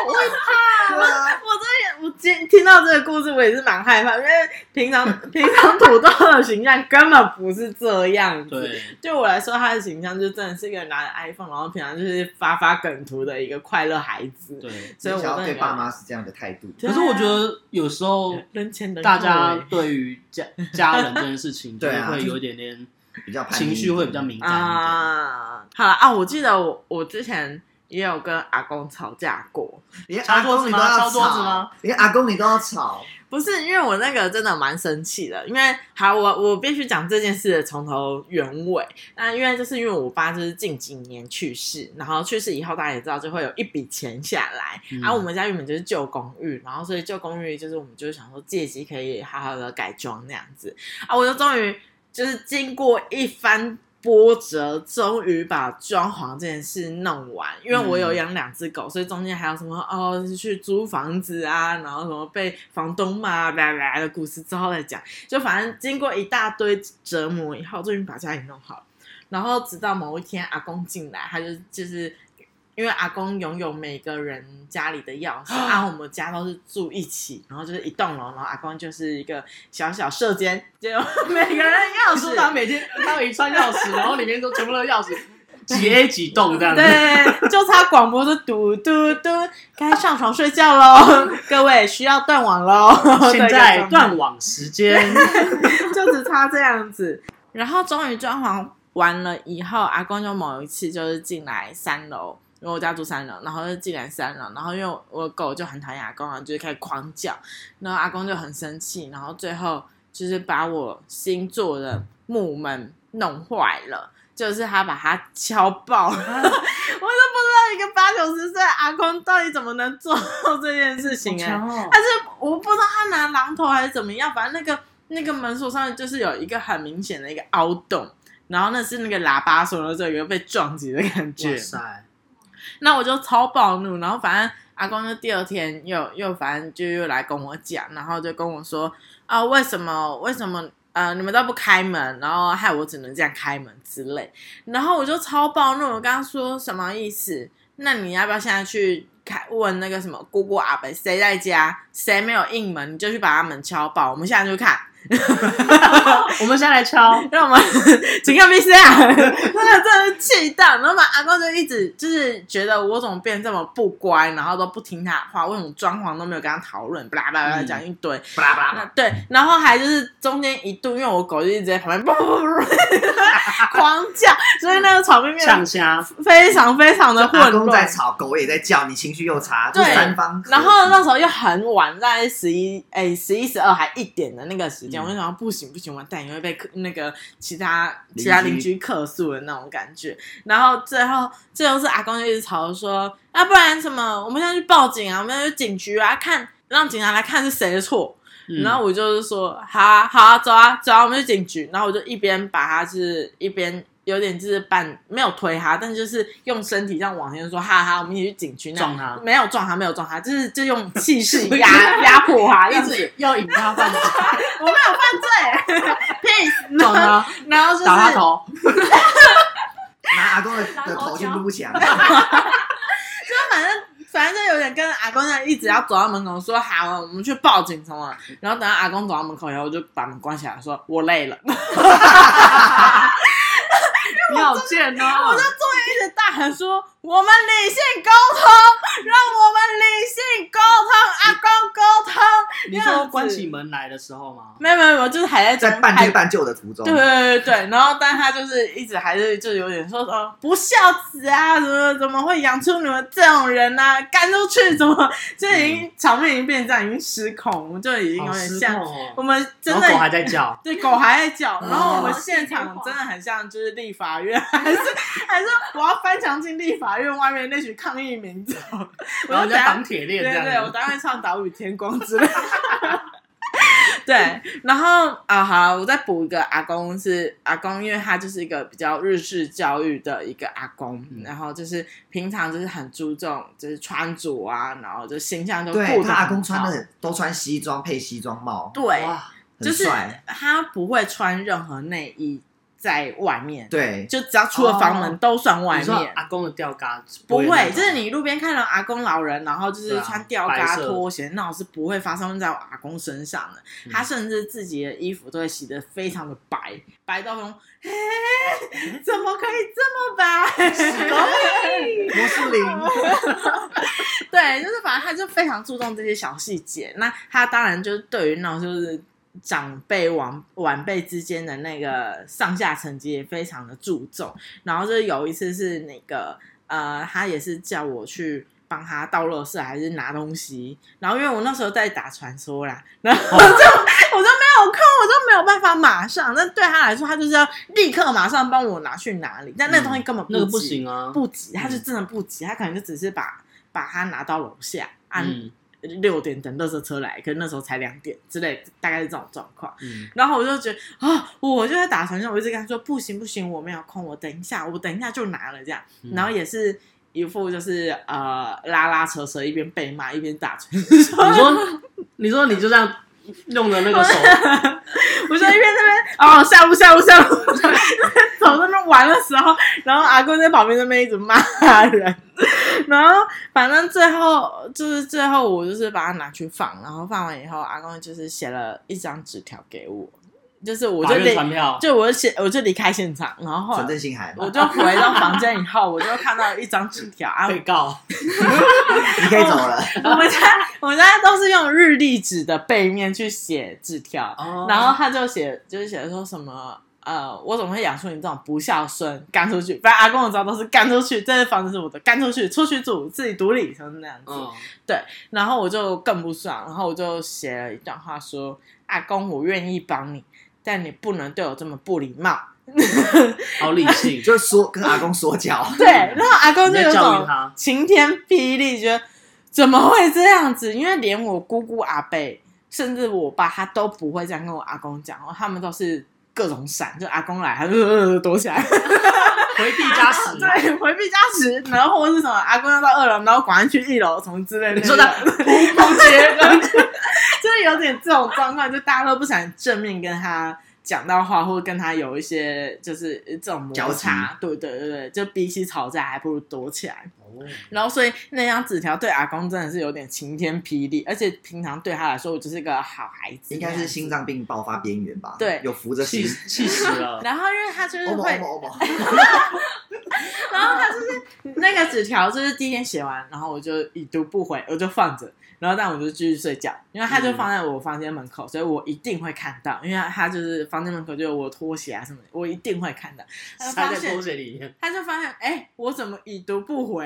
Speaker 2: 对啊，
Speaker 4: 我真的，我今听到这个故事，我也是蛮害怕，因为平常 平常土豆的形象根本不是这样子。
Speaker 3: 对，
Speaker 4: 对我来说，他的形象就真的是一个拿着 iPhone，然后平常就是发发梗图的一个快乐孩子。
Speaker 3: 对。
Speaker 4: 所以
Speaker 2: 你
Speaker 4: 我
Speaker 2: 想要
Speaker 4: 真
Speaker 2: 对
Speaker 4: 的
Speaker 2: 爸妈是这样的态度。
Speaker 4: 对啊
Speaker 3: 可是我觉得有时候
Speaker 4: 人前人后
Speaker 3: 大家
Speaker 4: 欸
Speaker 3: 对于家家人这件事情，就
Speaker 2: 对
Speaker 3: 是
Speaker 2: 啊
Speaker 3: 会有一点点
Speaker 2: 比较叛逆
Speaker 3: 情绪会比较敏感
Speaker 4: 啊，好了啊，我记得我我之前也有跟阿公吵架过，
Speaker 2: 连
Speaker 3: 敲
Speaker 2: 阿
Speaker 3: 桌
Speaker 2: 公
Speaker 3: 子
Speaker 2: 你
Speaker 3: 吗
Speaker 2: 都要
Speaker 3: 敲桌子吗
Speaker 2: 吵，连阿公你都要吵，
Speaker 4: 不是因为我那个真的蛮生气的，因为好，我我必须讲这件事的从头原委。那因为就是因为我爸就是近几年去世，然后去世以后大家也知道就会有一笔钱下来，
Speaker 3: 一点。
Speaker 4: 啊然后、我们家原本就是旧公寓，然后所以旧公寓就是我们就是想说借机可以好好的改装那样子啊，我就终于就是经过一番波折，终于把装潢这件事弄完。因为我有养两只狗，所以中间还有什么哦去租房子啊，然后什么被房东骂啦啦啦的故事之后再讲。就反正经过一大堆折磨以后，终于把家里弄好了。然后直到某一天，阿公进来，他就就是因为阿公拥有每个人家里的钥 匙，啊，我们家都是住一起，然后就是一栋楼，然后阿公就是一个小小射间， 就有每个人钥匙
Speaker 3: 说他每天他有一串钥匙，然后里面都全部都是钥匙，几 A 几栋这样子。
Speaker 4: 对，就差广播的嘟嘟嘟，该上床睡 觉喽，各位需要断网喽，
Speaker 3: 现在
Speaker 4: 断。
Speaker 3: 断网时间，
Speaker 4: 就只差这样子。然后终于装潢完了以后，阿公就某一次就是进来三楼，因为我家住三楼，然后就进来三楼，然后因为我我狗就很讨厌阿公，然后就开始狂叫，然后阿公就很生气，然后最后就是把我新做的木门弄坏了。就是他把它敲爆了，我都不知道一个八九十岁的阿公到底怎么能做到这件事情哎、
Speaker 2: 哦
Speaker 4: 但是我不知道他拿榔头还是怎么样，反正那个那个门锁上面就是有一个很明显的一个凹洞，然后那是那个喇叭锁，然后就有一个被撞击的感觉
Speaker 3: 哇。塞！
Speaker 4: 那我就超暴怒，然后反正阿公就第二天又又反正就又来跟我讲，然后就跟我说啊，为什么为什么呃你们都不开门，然后害我只能这样开门之类，然后我就超暴怒，我刚刚说什么意思？那你要不要现在去开问那个什么姑姑阿伯谁在家，谁没有应门，你就去把他门敲爆，我们现在就看。
Speaker 3: 我们先来敲，
Speaker 4: 让我们 请看 V C 啊，真的真的气到，然后嘛，阿公就一直就是觉得我怎么变这么不乖，然后都不听他的话，为什么装潢都没有跟他讨论，巴拉巴拉巴拉
Speaker 3: 嗯
Speaker 4: 讲一堆，
Speaker 2: 巴拉巴
Speaker 4: 那
Speaker 2: 拉，
Speaker 4: 对，然后还就是中间一度，因为我狗就一直在旁边 啵啵啵啵狂叫，所以那个场面变
Speaker 3: 呛
Speaker 4: 得
Speaker 3: 虾，
Speaker 4: 非常非常的
Speaker 2: 阿
Speaker 4: 混
Speaker 2: 公在
Speaker 4: 乱。
Speaker 2: 吵，狗也在叫，你情绪又差，就
Speaker 4: 对
Speaker 2: 三方。
Speaker 4: 然后那时候又很晚，大概十一哎十一十二还一点的那个时间，
Speaker 3: 嗯
Speaker 4: 我就想说不行不行，完蛋，也会被客那个其他其他邻居客诉的那种感觉。然后最后最后是阿公就一直吵着说，那、不然什么，我们现在去报警啊，我们要去警局啊，看让警察来看是谁的
Speaker 3: 嗯
Speaker 4: 错。然后我就是说，好啊，好啊，走啊，走啊，我们去警局。然后我就一边把他就是一边有点就是半没有推他，但就是用身体这样往前说，哈哈，我们一起去警局那样
Speaker 3: 撞他
Speaker 4: 没有撞他，没有撞他，就是就用气势压压迫他，
Speaker 3: 一
Speaker 4: 一直
Speaker 3: 直要引他犯罪，
Speaker 4: 我没有犯罪，peace，
Speaker 3: 撞
Speaker 4: 然后
Speaker 3: 他，
Speaker 4: 然后就是
Speaker 3: 打他头，
Speaker 2: 拿阿公的的头去撸 墙，
Speaker 4: 反正反正就有点跟阿公那样一直要走到门口说好，我们去报警什么的。然后等到阿公走到门口以后，我就把门关起来，说我累了，我
Speaker 3: 你好贱哦！
Speaker 4: 一直大喊说我们理性沟通，让我们理性沟通，阿公沟通。
Speaker 3: 你说关起门来的时候吗？
Speaker 4: 没有没有没有，就是还 在
Speaker 2: 在半推半就的途中
Speaker 4: 对。对对对，然后但他就是一直还是就有点说什么不孝子啊，怎么怎么会养出你们这种人呢、啊？赶出去怎么？就已经、场面已经变成这样，已经失控，我们就已经有
Speaker 3: 好
Speaker 4: 点
Speaker 3: 失
Speaker 4: 像、
Speaker 3: 控嗯哦！
Speaker 4: 我们真
Speaker 3: 然
Speaker 4: 的
Speaker 3: 后狗还在 叫，
Speaker 4: 对狗还在叫，然后我们
Speaker 1: 哦
Speaker 4: 现场真的很像就是立法院， 还是还是我要翻墙进立法院外面那群抗议民众， 我
Speaker 3: 然后
Speaker 4: 就等
Speaker 3: 在
Speaker 4: 下
Speaker 3: 绑铁链
Speaker 4: 对
Speaker 3: 这
Speaker 4: 对，我
Speaker 3: 样子。
Speaker 4: 当然唱《岛屿天光》之类的。 对，然后啊，好，我再补一个阿公是阿公，因为他就是一个比较日式教育的一个阿公，
Speaker 3: 嗯
Speaker 4: 然后就是平常就是很注重就是穿着啊，然后就形象都
Speaker 2: 对
Speaker 4: 顾
Speaker 2: 他
Speaker 4: 得
Speaker 2: 阿
Speaker 4: 很
Speaker 2: 公穿
Speaker 4: 好
Speaker 2: 的都穿西装配西装帽，
Speaker 4: 对，
Speaker 3: 哇，
Speaker 4: 就
Speaker 2: 很
Speaker 4: 是
Speaker 2: 帅。
Speaker 4: 他不会穿任何内衣在外面，
Speaker 2: 对，
Speaker 4: 就只要出了房门
Speaker 3: 哦
Speaker 4: 都算外
Speaker 3: 你说
Speaker 4: 面。
Speaker 3: 阿公的吊嘎
Speaker 4: 不
Speaker 3: 那
Speaker 4: 会，
Speaker 3: 种
Speaker 4: 就是你路边看到阿公老人，然后就
Speaker 3: 对
Speaker 4: 是
Speaker 3: 啊
Speaker 4: 穿吊
Speaker 3: 白
Speaker 4: 嘎
Speaker 3: 色
Speaker 4: 拖鞋，那种是不会发生在我阿公身上的。
Speaker 3: 嗯
Speaker 4: 他甚至自己的衣服都会洗得非常的白，白到用，嘿，
Speaker 3: 嗯
Speaker 4: 怎么可以这么白？
Speaker 2: 罗素林，
Speaker 4: 对，就是反正他就非常注重这些小细节。那他当然就是对于那种就是长辈晚晚辈之间的那个上下层级也非常的注重。然后就是有一次是那个呃，他也是叫我去。帮他倒垃圾还是拿东西，然后因为我那时候在打传说啦，然
Speaker 3: 哦
Speaker 4: 后我就、我就没有空，我就没有办法马上。那对他来说，他就是要立刻马上帮我拿去哪里，但那个东西根本
Speaker 3: 嗯那个不
Speaker 4: 急
Speaker 3: 行啊，
Speaker 4: 不急，他就真的不急，他可能就只是把把它拿到楼下，按
Speaker 3: 嗯
Speaker 4: 六点等垃圾车来，可是那时候才两点之类，大概是这种状况。
Speaker 3: 嗯，
Speaker 4: 然后我就觉得啊，我就在打传说，我一直跟他说不行不行，我没有空，我等一下，我等一下就拿了这样。
Speaker 3: 嗯
Speaker 4: 然后也是一副就是呃拉拉扯扯，一边被骂一边打传说，
Speaker 3: 你说你说你就这样弄的那个手，
Speaker 4: 我就一边那边哦下路下路 下路，走那边玩的时候，然后阿公在旁边那边一直骂人。然后反正最后就是最后我就是把它拿去放，然后放完以后，阿公就是写了一张纸条给我，就是 我就
Speaker 3: 法院
Speaker 4: 离，
Speaker 3: 传票，
Speaker 4: 就我写我就离开现场，然后后
Speaker 2: 纯
Speaker 4: 来
Speaker 2: 正心海嘛，
Speaker 4: 我就回到房间以后，我就看到一张纸条啊，
Speaker 3: 被告，
Speaker 2: 你可以走了。
Speaker 4: 我们家我们家都是用日历纸的背面去写纸条，
Speaker 3: 哦
Speaker 4: 然后他就写就是写说什么。呃，我怎么会养出你这种不孝孙？赶出去！反正阿公我知道都是赶出去，这间房子是我的，赶出去，出去住，自己独立，什么那样子。
Speaker 3: 嗯，
Speaker 4: 然后我就更不爽，然后我就写了一段话说：“阿公，我愿意帮你，但你不能对我这么不礼貌。
Speaker 3: 好理 性，
Speaker 2: 就说跟阿公说教，”
Speaker 4: 对，然后阿公就有
Speaker 3: 你在教育
Speaker 4: 种
Speaker 3: 他
Speaker 4: 晴天霹雳，觉得怎么会这样子？因为连我姑姑、阿伯，甚至我爸，他都不会这样跟我阿公讲，他们都是各种闪，就阿公来，他就、呃、躲 起来。
Speaker 3: 回避加死。
Speaker 4: 对，回避加持，然后或者是什么阿公要到二楼，然后赶快去一楼，什么之类的。
Speaker 3: 你说的
Speaker 4: 瀑布街，就是有点这种状况，就大家都不想正面跟他讲到话，或者跟他有一些就是呃这种摩
Speaker 2: 交集
Speaker 4: 擦。对对对对，就比起吵架，还不如躲起来。然后，所以那张纸条对阿公真的是有点晴天霹雳，而且平常对他来说，我就是个好孩子，
Speaker 2: 应该是心。脏病爆发边缘吧？
Speaker 4: 对
Speaker 2: 有扶着
Speaker 3: 气
Speaker 2: 心。哦
Speaker 3: 气死了！
Speaker 4: 然后，因为他就是
Speaker 2: 欧某
Speaker 4: 会
Speaker 2: 欧某欧某，
Speaker 4: 然后他就是那个纸条，就是第一天写完，然后我就已读不回，我就放着，然后但我就继续睡觉，因为他
Speaker 2: 嗯
Speaker 4: 就放在我房间门口，所以我一定会看到，因为他就是房间门口就有我拖鞋啊什么的，我一定会看到。他就
Speaker 3: 塞
Speaker 4: 发
Speaker 3: 在拖
Speaker 4: 现，
Speaker 3: 鞋里面，
Speaker 4: 他就发现，哎、我怎么已读不回？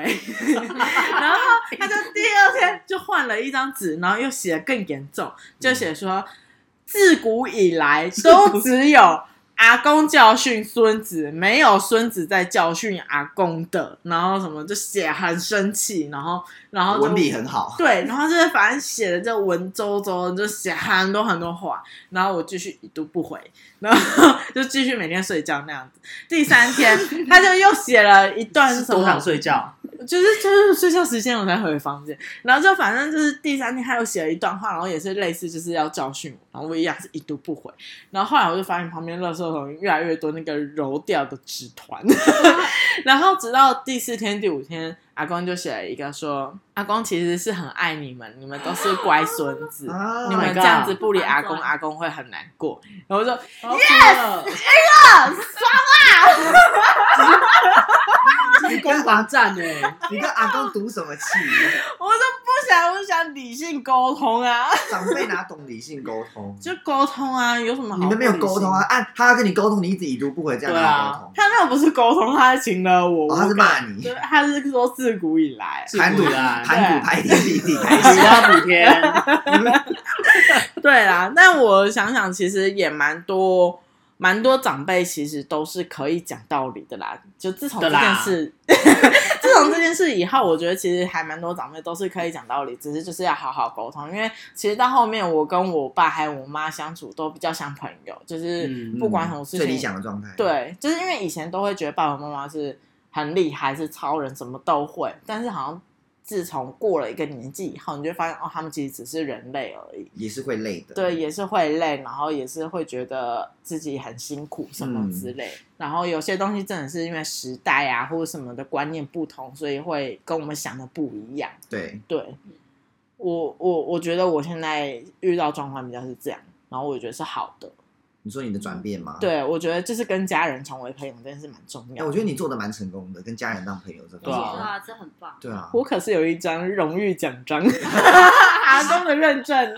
Speaker 4: 然后他就第二天就换了一张纸，然后又写得更严重，就写说自古以来都只有阿公教训孙子，没有孙子在教训阿公的，然后什么就写很生气，然后然后就
Speaker 2: 文笔很好，
Speaker 4: 对，然后就是反正写的这文绉绉，就写很多很多话，然后我继续一读不回，然后 就继续每天睡觉那样子。第三天他就又写了一段是
Speaker 3: 是
Speaker 4: 什
Speaker 3: 多
Speaker 4: 么
Speaker 3: 想？睡觉，
Speaker 4: 就是就是睡觉时间我才回房间，然后就反正就是第三天他又写了一段话，然后也是类似就是要教训我，然后我一样是一读不回，然后后来我就发现旁边垃圾桶越来越多那个揉掉的纸团，
Speaker 2: 啊
Speaker 4: 然后直到第四天第五天，阿公就写了一个说，阿公其实是很爱你们，你们都是乖孙子。
Speaker 2: 啊
Speaker 4: 你
Speaker 3: Oh
Speaker 4: 们
Speaker 3: my
Speaker 4: 这
Speaker 3: God
Speaker 4: 样子不理阿公，阿公会很难过。然后我就
Speaker 3: 好死了，
Speaker 2: 你
Speaker 3: 攻
Speaker 2: 跟
Speaker 3: 防
Speaker 2: 阿
Speaker 3: 战哎，
Speaker 2: 你跟阿公赌什么气？
Speaker 4: 我就不想，我就想理性沟通啊，
Speaker 2: 长辈哪懂理性沟通？
Speaker 4: 就沟通啊，有什么好？
Speaker 2: 你们没有沟通啊！。按他要跟你沟通，你一直已读不回，这样
Speaker 3: 对
Speaker 2: 哪有
Speaker 3: 啊
Speaker 2: 沟通？
Speaker 4: 他那个不是沟通，他是请了我，
Speaker 2: 哦，他是骂你
Speaker 4: 对，，他是说自古以来，
Speaker 3: 自
Speaker 2: 盘
Speaker 3: 古
Speaker 2: 古
Speaker 3: 以来
Speaker 2: 盘古
Speaker 4: 对啊
Speaker 2: 拍天立地开
Speaker 3: 补
Speaker 2: 始，
Speaker 3: 啊补天，
Speaker 4: 对啦。但我想想，其实也蛮多，蛮多长辈其实都是可以讲道理的啦。就自从这
Speaker 3: 的啦
Speaker 4: 件事， 自从这件事以后，我觉得其实还蛮多长辈都是可以讲道理，只是就是要好好沟通。因为其实到后面，我跟我爸还有我妈相处都比较像朋友，就是
Speaker 3: 嗯
Speaker 4: 不管什么事情，
Speaker 2: 最理想的状态。，
Speaker 4: 对，就是因为以前都会觉得爸爸妈妈是很厉害，是超人，什么都会。但是好像自从过了一个年纪以后，你就会发现哦，他们其实只是人类而已。
Speaker 2: 也是会累的。
Speaker 4: 对，，也是会累，然后也是会觉得自己很辛苦什么
Speaker 2: 嗯
Speaker 4: 之类。然后有些东西真的是因为时代啊或者什么的观念不同，所以会跟我们想的不一样。
Speaker 2: 对，
Speaker 4: 对，我我我觉得我现在遇到状况比较是这样，然后我觉得是好的。
Speaker 2: 你说你的转变吗？。
Speaker 4: 对，我觉得就是跟家人成为朋友，真的是蛮重要
Speaker 2: 哎，
Speaker 4: 的
Speaker 2: 我觉得你做的蛮成功的，跟家人当朋友这
Speaker 3: 对
Speaker 2: 方面。
Speaker 3: 啊
Speaker 1: 哇，这很棒。
Speaker 2: 对啊，
Speaker 4: 我可是有一张荣誉奖章，阿公的认证，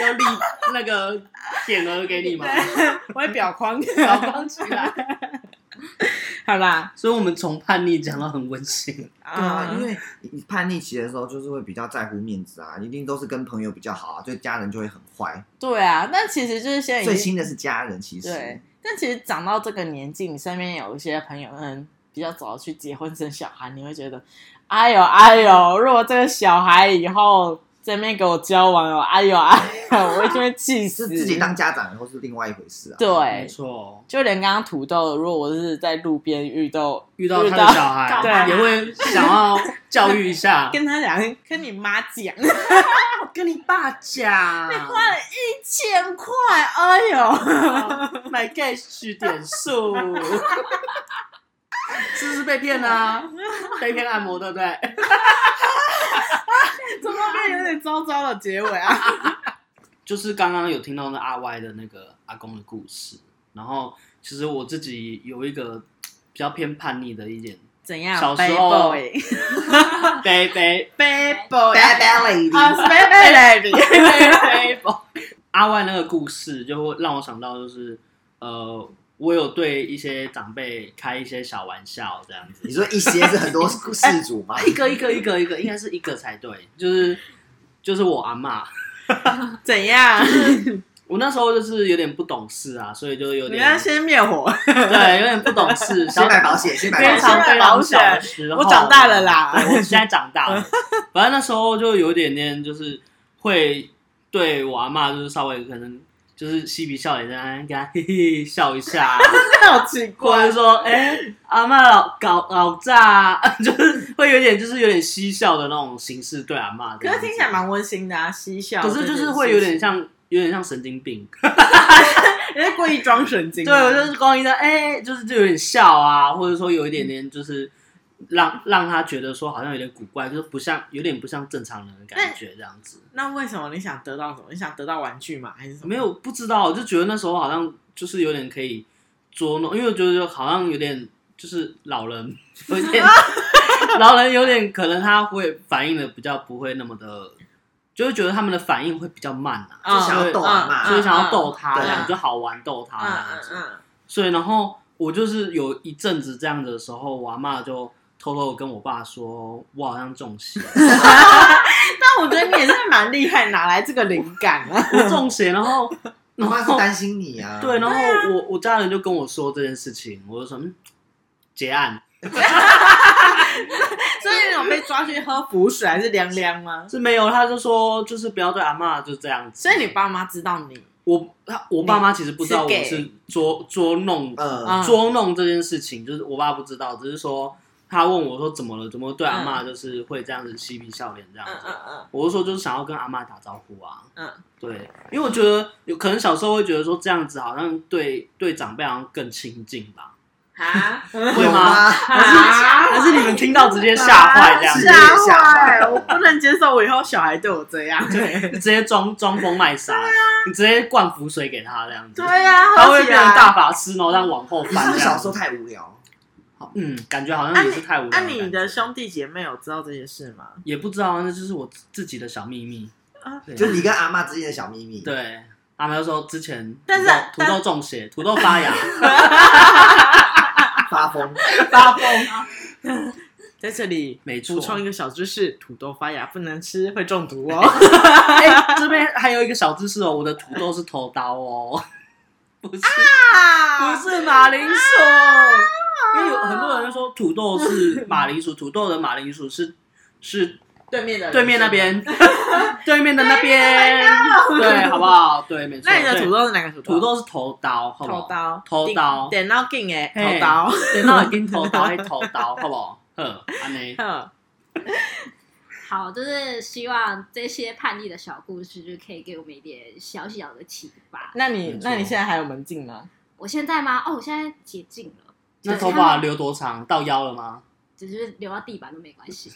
Speaker 3: 要立那个匾额给你嘛，
Speaker 4: 我会裱框。
Speaker 3: 搞光起来。
Speaker 4: 好啦，
Speaker 3: 所以我们从叛逆讲到很温馨，
Speaker 2: 对啊，
Speaker 4: 嗯
Speaker 2: 因为你叛逆期的时候，就是会比较在乎面子啊，一定都是跟朋友比较好啊，对家人就会很坏。
Speaker 4: 对啊，但其实就是现在
Speaker 2: 最
Speaker 4: 已经
Speaker 2: 亲的是家人，其实
Speaker 4: 对，但其实长到这个年纪，你身边有一些朋友嗯比较早去结婚生小孩，你会觉得，哎呦哎呦，如果这个小孩以后这边给我交往哦，哎呦 哎呦，我一定会 气
Speaker 2: 是
Speaker 4: 死。
Speaker 2: 自己当家长以后是另外一回事啊。
Speaker 3: 没
Speaker 4: 对，
Speaker 3: 错。
Speaker 4: 就连刚刚土豆，如果我是在路边遇到
Speaker 3: 遇到他的小孩，也
Speaker 4: 对
Speaker 3: 会想要教育一下。
Speaker 4: 跟他讲，跟你妈讲。
Speaker 3: 我 跟你爸讲，
Speaker 4: 花了一千块，哎呦，
Speaker 3: 买 cash 点数， 是不是被骗啦、被骗按摩对不对？
Speaker 4: 怎么变有点糟糟的结尾啊？
Speaker 3: 就是刚刚有听到那阿 Y 的那个阿公的故事，然后其实我自己有一个比较偏叛逆的一点，
Speaker 4: 怎样
Speaker 3: 小时
Speaker 4: Bad
Speaker 3: 候
Speaker 4: boy
Speaker 3: 背背
Speaker 4: bad boy
Speaker 2: Bad Bad Lady，
Speaker 4: 啊，bad bad lady，
Speaker 3: 背背阿 Y 那个故事就会让我想到，就是呃，我有对一些长辈开一些小玩笑这样子
Speaker 2: 你，说一些是很
Speaker 4: 哎
Speaker 2: 多事主吗？
Speaker 3: 一个一个一个一个，应该是一个才对，就是就是我阿嬷，
Speaker 4: 怎样？
Speaker 3: 我那时候就是有点不懂事啊，所以就有
Speaker 4: 你
Speaker 3: 点
Speaker 4: 要先灭火，
Speaker 3: 对，有点不懂 事，
Speaker 2: 先
Speaker 3: 想
Speaker 2: 买保险，先买
Speaker 3: 非
Speaker 2: 保
Speaker 3: 常
Speaker 2: 险。
Speaker 3: 非常小的时候，啊
Speaker 4: 我长大了啦
Speaker 3: 对，我现在长
Speaker 4: 嗯
Speaker 3: 大了。 反正那时候就有一点点，就是会对我阿妈，就是稍微可能就是嬉皮笑脸，在那边跟她嘿嘿笑一 下，啊
Speaker 4: 好奇
Speaker 3: 或
Speaker 4: 怪
Speaker 3: 者。说哎、阿妈老搞老炸啊、 就是会有点就是有点嬉笑的那种形式对阿妈。
Speaker 4: 可是听起来，蛮温馨的啊，嬉笑。
Speaker 3: 可是就是会有点，像有点像神经病。
Speaker 4: 人家故意装神经。
Speaker 3: 对，我就是光一个哎、就是就有点笑啊，或者说有一点点就是让让他觉得说好像有点古怪，就是不像有点不像正常人的感觉这样子。
Speaker 4: 那为什么你想得到什么？你想得到玩具吗？还是什么？
Speaker 3: 没有不知道，我就觉得那时候好像就是有点可以捉弄，因为我觉得好像有点就是老人有 点老人有点可能他会反应的比较不会那么的，就会觉得他们的反应会比较慢啊，
Speaker 4: 嗯，
Speaker 2: 就想要逗阿嬷
Speaker 4: 嗯
Speaker 3: 所以想要逗他
Speaker 2: 嗯
Speaker 3: 这样，
Speaker 4: 嗯
Speaker 3: 就好玩逗他
Speaker 4: 嗯
Speaker 3: 这样
Speaker 4: 嗯
Speaker 3: 子。
Speaker 4: 嗯，
Speaker 3: 所以然后我就是有一阵子这样的时候，我阿妈就偷偷地跟我爸说，我好像中 邪，
Speaker 4: 但我觉得你也是蛮厉害，哪来这个灵感啊？
Speaker 3: 我中邪，然后
Speaker 2: 我
Speaker 3: 然
Speaker 2: 妈是
Speaker 3: 后
Speaker 2: 担心你啊。
Speaker 3: 对，然后我我家人就跟我说这件事情，我就说嗯，结案
Speaker 4: 所以有被抓去喝符水还是凉凉吗？
Speaker 3: 是没有，他就说就是不要对阿妈就这样子，
Speaker 4: 所以你爸妈知道你，
Speaker 3: 我他我爸妈其实不知道我
Speaker 4: 你是 gay
Speaker 3: 是捉捉弄
Speaker 2: 呃，
Speaker 4: 嗯
Speaker 3: 捉弄这件事情，就是我爸不知道，只是说。他问我说：“怎么了？怎么对阿妈就是会这样子嬉皮笑脸这样
Speaker 4: 嗯
Speaker 3: 子？”
Speaker 4: 嗯嗯
Speaker 3: 我是说，就是想要跟阿妈打招呼啊。
Speaker 4: 嗯，
Speaker 3: 对，因为我觉得有可能小时候会觉得说这样子好像对对长辈好像更亲近吧，
Speaker 4: 啊，
Speaker 3: 会
Speaker 2: 有
Speaker 3: 吗？
Speaker 2: 吗？
Speaker 4: 啊
Speaker 3: 还是你们听到直接吓坏这样子，
Speaker 2: 啊
Speaker 4: 吓坏，我不能接受我以后小孩对我这 样。对
Speaker 3: 直接装装疯卖傻，
Speaker 4: 啊
Speaker 3: 你直接灌符水给他这样子，
Speaker 4: 呀，
Speaker 3: 他
Speaker 4: 喝
Speaker 3: 会
Speaker 4: 起
Speaker 3: 变
Speaker 4: 来
Speaker 3: 成大法师，然后让往后
Speaker 2: 你是
Speaker 3: 翻
Speaker 2: 不
Speaker 3: 这
Speaker 2: 是小
Speaker 3: 样
Speaker 2: 时候
Speaker 3: 子。
Speaker 2: 太无聊？
Speaker 3: 嗯，感觉好
Speaker 4: 啊
Speaker 3: 像也是太无聊
Speaker 4: 那、
Speaker 3: 了感觉。
Speaker 4: 你的兄弟姐妹有知道这件事吗？
Speaker 3: 也不知道啊，那就是我自己的小秘密
Speaker 4: 啊。
Speaker 3: 对
Speaker 2: 就是你跟阿妈之间的小秘密。，
Speaker 3: 对，阿妈就说之前土豆，
Speaker 4: 但是
Speaker 3: 土豆中邪，土豆发 芽，
Speaker 2: 发 疯。
Speaker 4: 发疯。啊 在这里
Speaker 3: 没错
Speaker 4: 补充一个小知识：土豆发芽不能吃，会中毒哦。
Speaker 3: 哎、这边还有一个小知识哦，我的土豆是头刀哦，不是、
Speaker 4: 啊
Speaker 3: 不是马铃薯，因为有很多人就说土豆是马铃薯，土豆的马铃薯是是
Speaker 4: 对面的人
Speaker 3: 对面那。 边，对面的那边，对，好不好？对，没错。
Speaker 4: 那你的土
Speaker 3: 对
Speaker 4: 豆是哪个土豆？
Speaker 3: 土豆是头刀，好不好？
Speaker 4: 头刀，
Speaker 3: 头刀
Speaker 4: 点到劲哎，
Speaker 3: 嘿
Speaker 4: 头 刀。
Speaker 3: 对，那我已经头刀还头刀，好不 好？呵，安内，
Speaker 4: 哼
Speaker 1: 好，就是希望这些叛逆的小故事，就可以给我们一点小小的启发。
Speaker 4: 那
Speaker 3: 没
Speaker 4: 你
Speaker 3: 错
Speaker 4: 那你现在还有门禁吗？
Speaker 1: 我现在吗？哦，我现在解禁了，
Speaker 3: 那头发留多长？到腰了吗？
Speaker 1: 只是留到地板都没关系。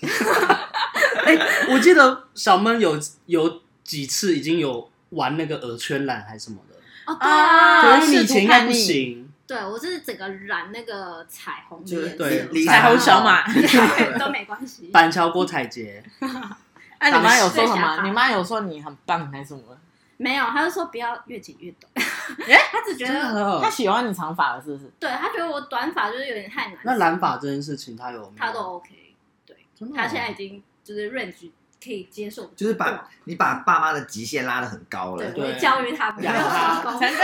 Speaker 3: 哎、我记得小闷有有几次已经有玩那个耳圈染还是什么的，
Speaker 1: 哦，对啊，
Speaker 4: 啊
Speaker 3: 可是你以前应该不行，
Speaker 1: 对我是整个染那个彩虹的
Speaker 2: 就是
Speaker 1: 颜
Speaker 3: 对
Speaker 1: 色，
Speaker 2: 离
Speaker 4: 彩虹小马。
Speaker 1: 对都没关系。
Speaker 3: 板桥郭采洁，
Speaker 4: 那你妈有说什
Speaker 1: 最想法
Speaker 4: 么？你妈有说你很棒还是什么？
Speaker 1: 没有，他就说不要越剪越短，他只觉
Speaker 3: 真
Speaker 1: 得，
Speaker 3: 的
Speaker 4: 她，喜欢你长发了是不是？
Speaker 1: 对他觉得我短发就是有点太难。
Speaker 3: 那染发这件事情他有没有
Speaker 1: 他都 OK，
Speaker 3: 真的哦
Speaker 1: 他现在已经就是 range 可以接受，
Speaker 2: 就是把你把爸妈的极限拉得很高
Speaker 1: 对
Speaker 2: 了，
Speaker 1: 对，我
Speaker 3: 对
Speaker 1: 会教育他，不 要
Speaker 3: 养他
Speaker 1: 成功
Speaker 4: 成哥，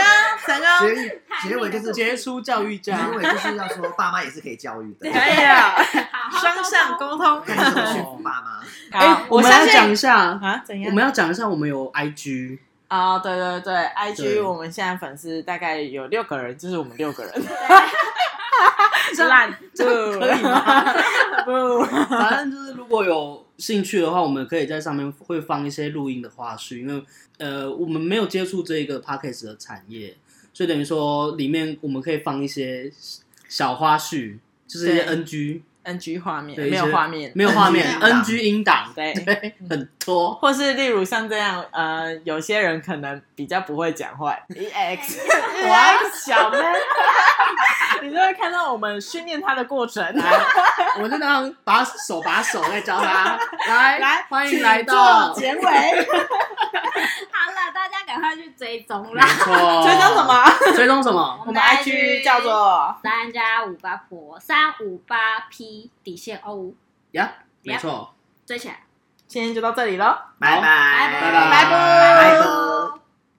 Speaker 4: 成哥，
Speaker 2: 结结尾就是
Speaker 3: 杰出教育
Speaker 2: 结
Speaker 3: 家，
Speaker 2: 尾就是要说爸妈也是可以教育的，
Speaker 4: 可以了。
Speaker 1: 好好
Speaker 4: 双向沟通。
Speaker 2: 看你怎 么驯服爸妈。
Speaker 3: 哎、我们
Speaker 4: 相
Speaker 3: 要
Speaker 4: 信
Speaker 3: 讲一下，
Speaker 4: 啊，怎样？
Speaker 3: 我们要讲一下，我们有 IG，
Speaker 4: 啊、对对对
Speaker 3: 对
Speaker 4: ，IG 我们现在粉丝大概有六个人，就是我们六个人，
Speaker 3: 样
Speaker 4: 烂不
Speaker 3: 可以 吗？
Speaker 4: 不，
Speaker 3: 反正就是如果有兴趣的话，我们可以在上面会放一些录音的花絮，因为呃，我们没有接触这个 podcast 的产业，所以等于说里面我们可以放一些小花絮，就是一些
Speaker 4: 对
Speaker 3: NG，
Speaker 4: NG 画面，
Speaker 3: 对
Speaker 4: 没有
Speaker 3: 一些
Speaker 4: 画面，
Speaker 3: 没有画面
Speaker 2: NG 音档
Speaker 3: ，NG 音档，
Speaker 4: 对
Speaker 3: 对，很多。
Speaker 4: 或是例如像这样，呃，有些人可能比较不会讲话，ex 我 x 小妹，你就会看到我们训练他的过程。啊
Speaker 3: 来，我就当把手把手在教 他，来
Speaker 4: 来，
Speaker 3: 欢迎
Speaker 4: 请
Speaker 3: 来到
Speaker 4: 做，结 尾，
Speaker 1: 好了，大家赶快去追踪
Speaker 3: 没
Speaker 1: 啦！
Speaker 3: 错，
Speaker 4: 追踪什？么？
Speaker 3: 追踪什么？
Speaker 4: 嗯我们 IG 叫做
Speaker 1: 三加五八婆三五八 P 底线 O，
Speaker 3: 呀，没错。
Speaker 1: 追起来，
Speaker 4: 今天就到这里喽。
Speaker 2: 拜拜
Speaker 1: 拜
Speaker 3: 拜
Speaker 2: 拜拜。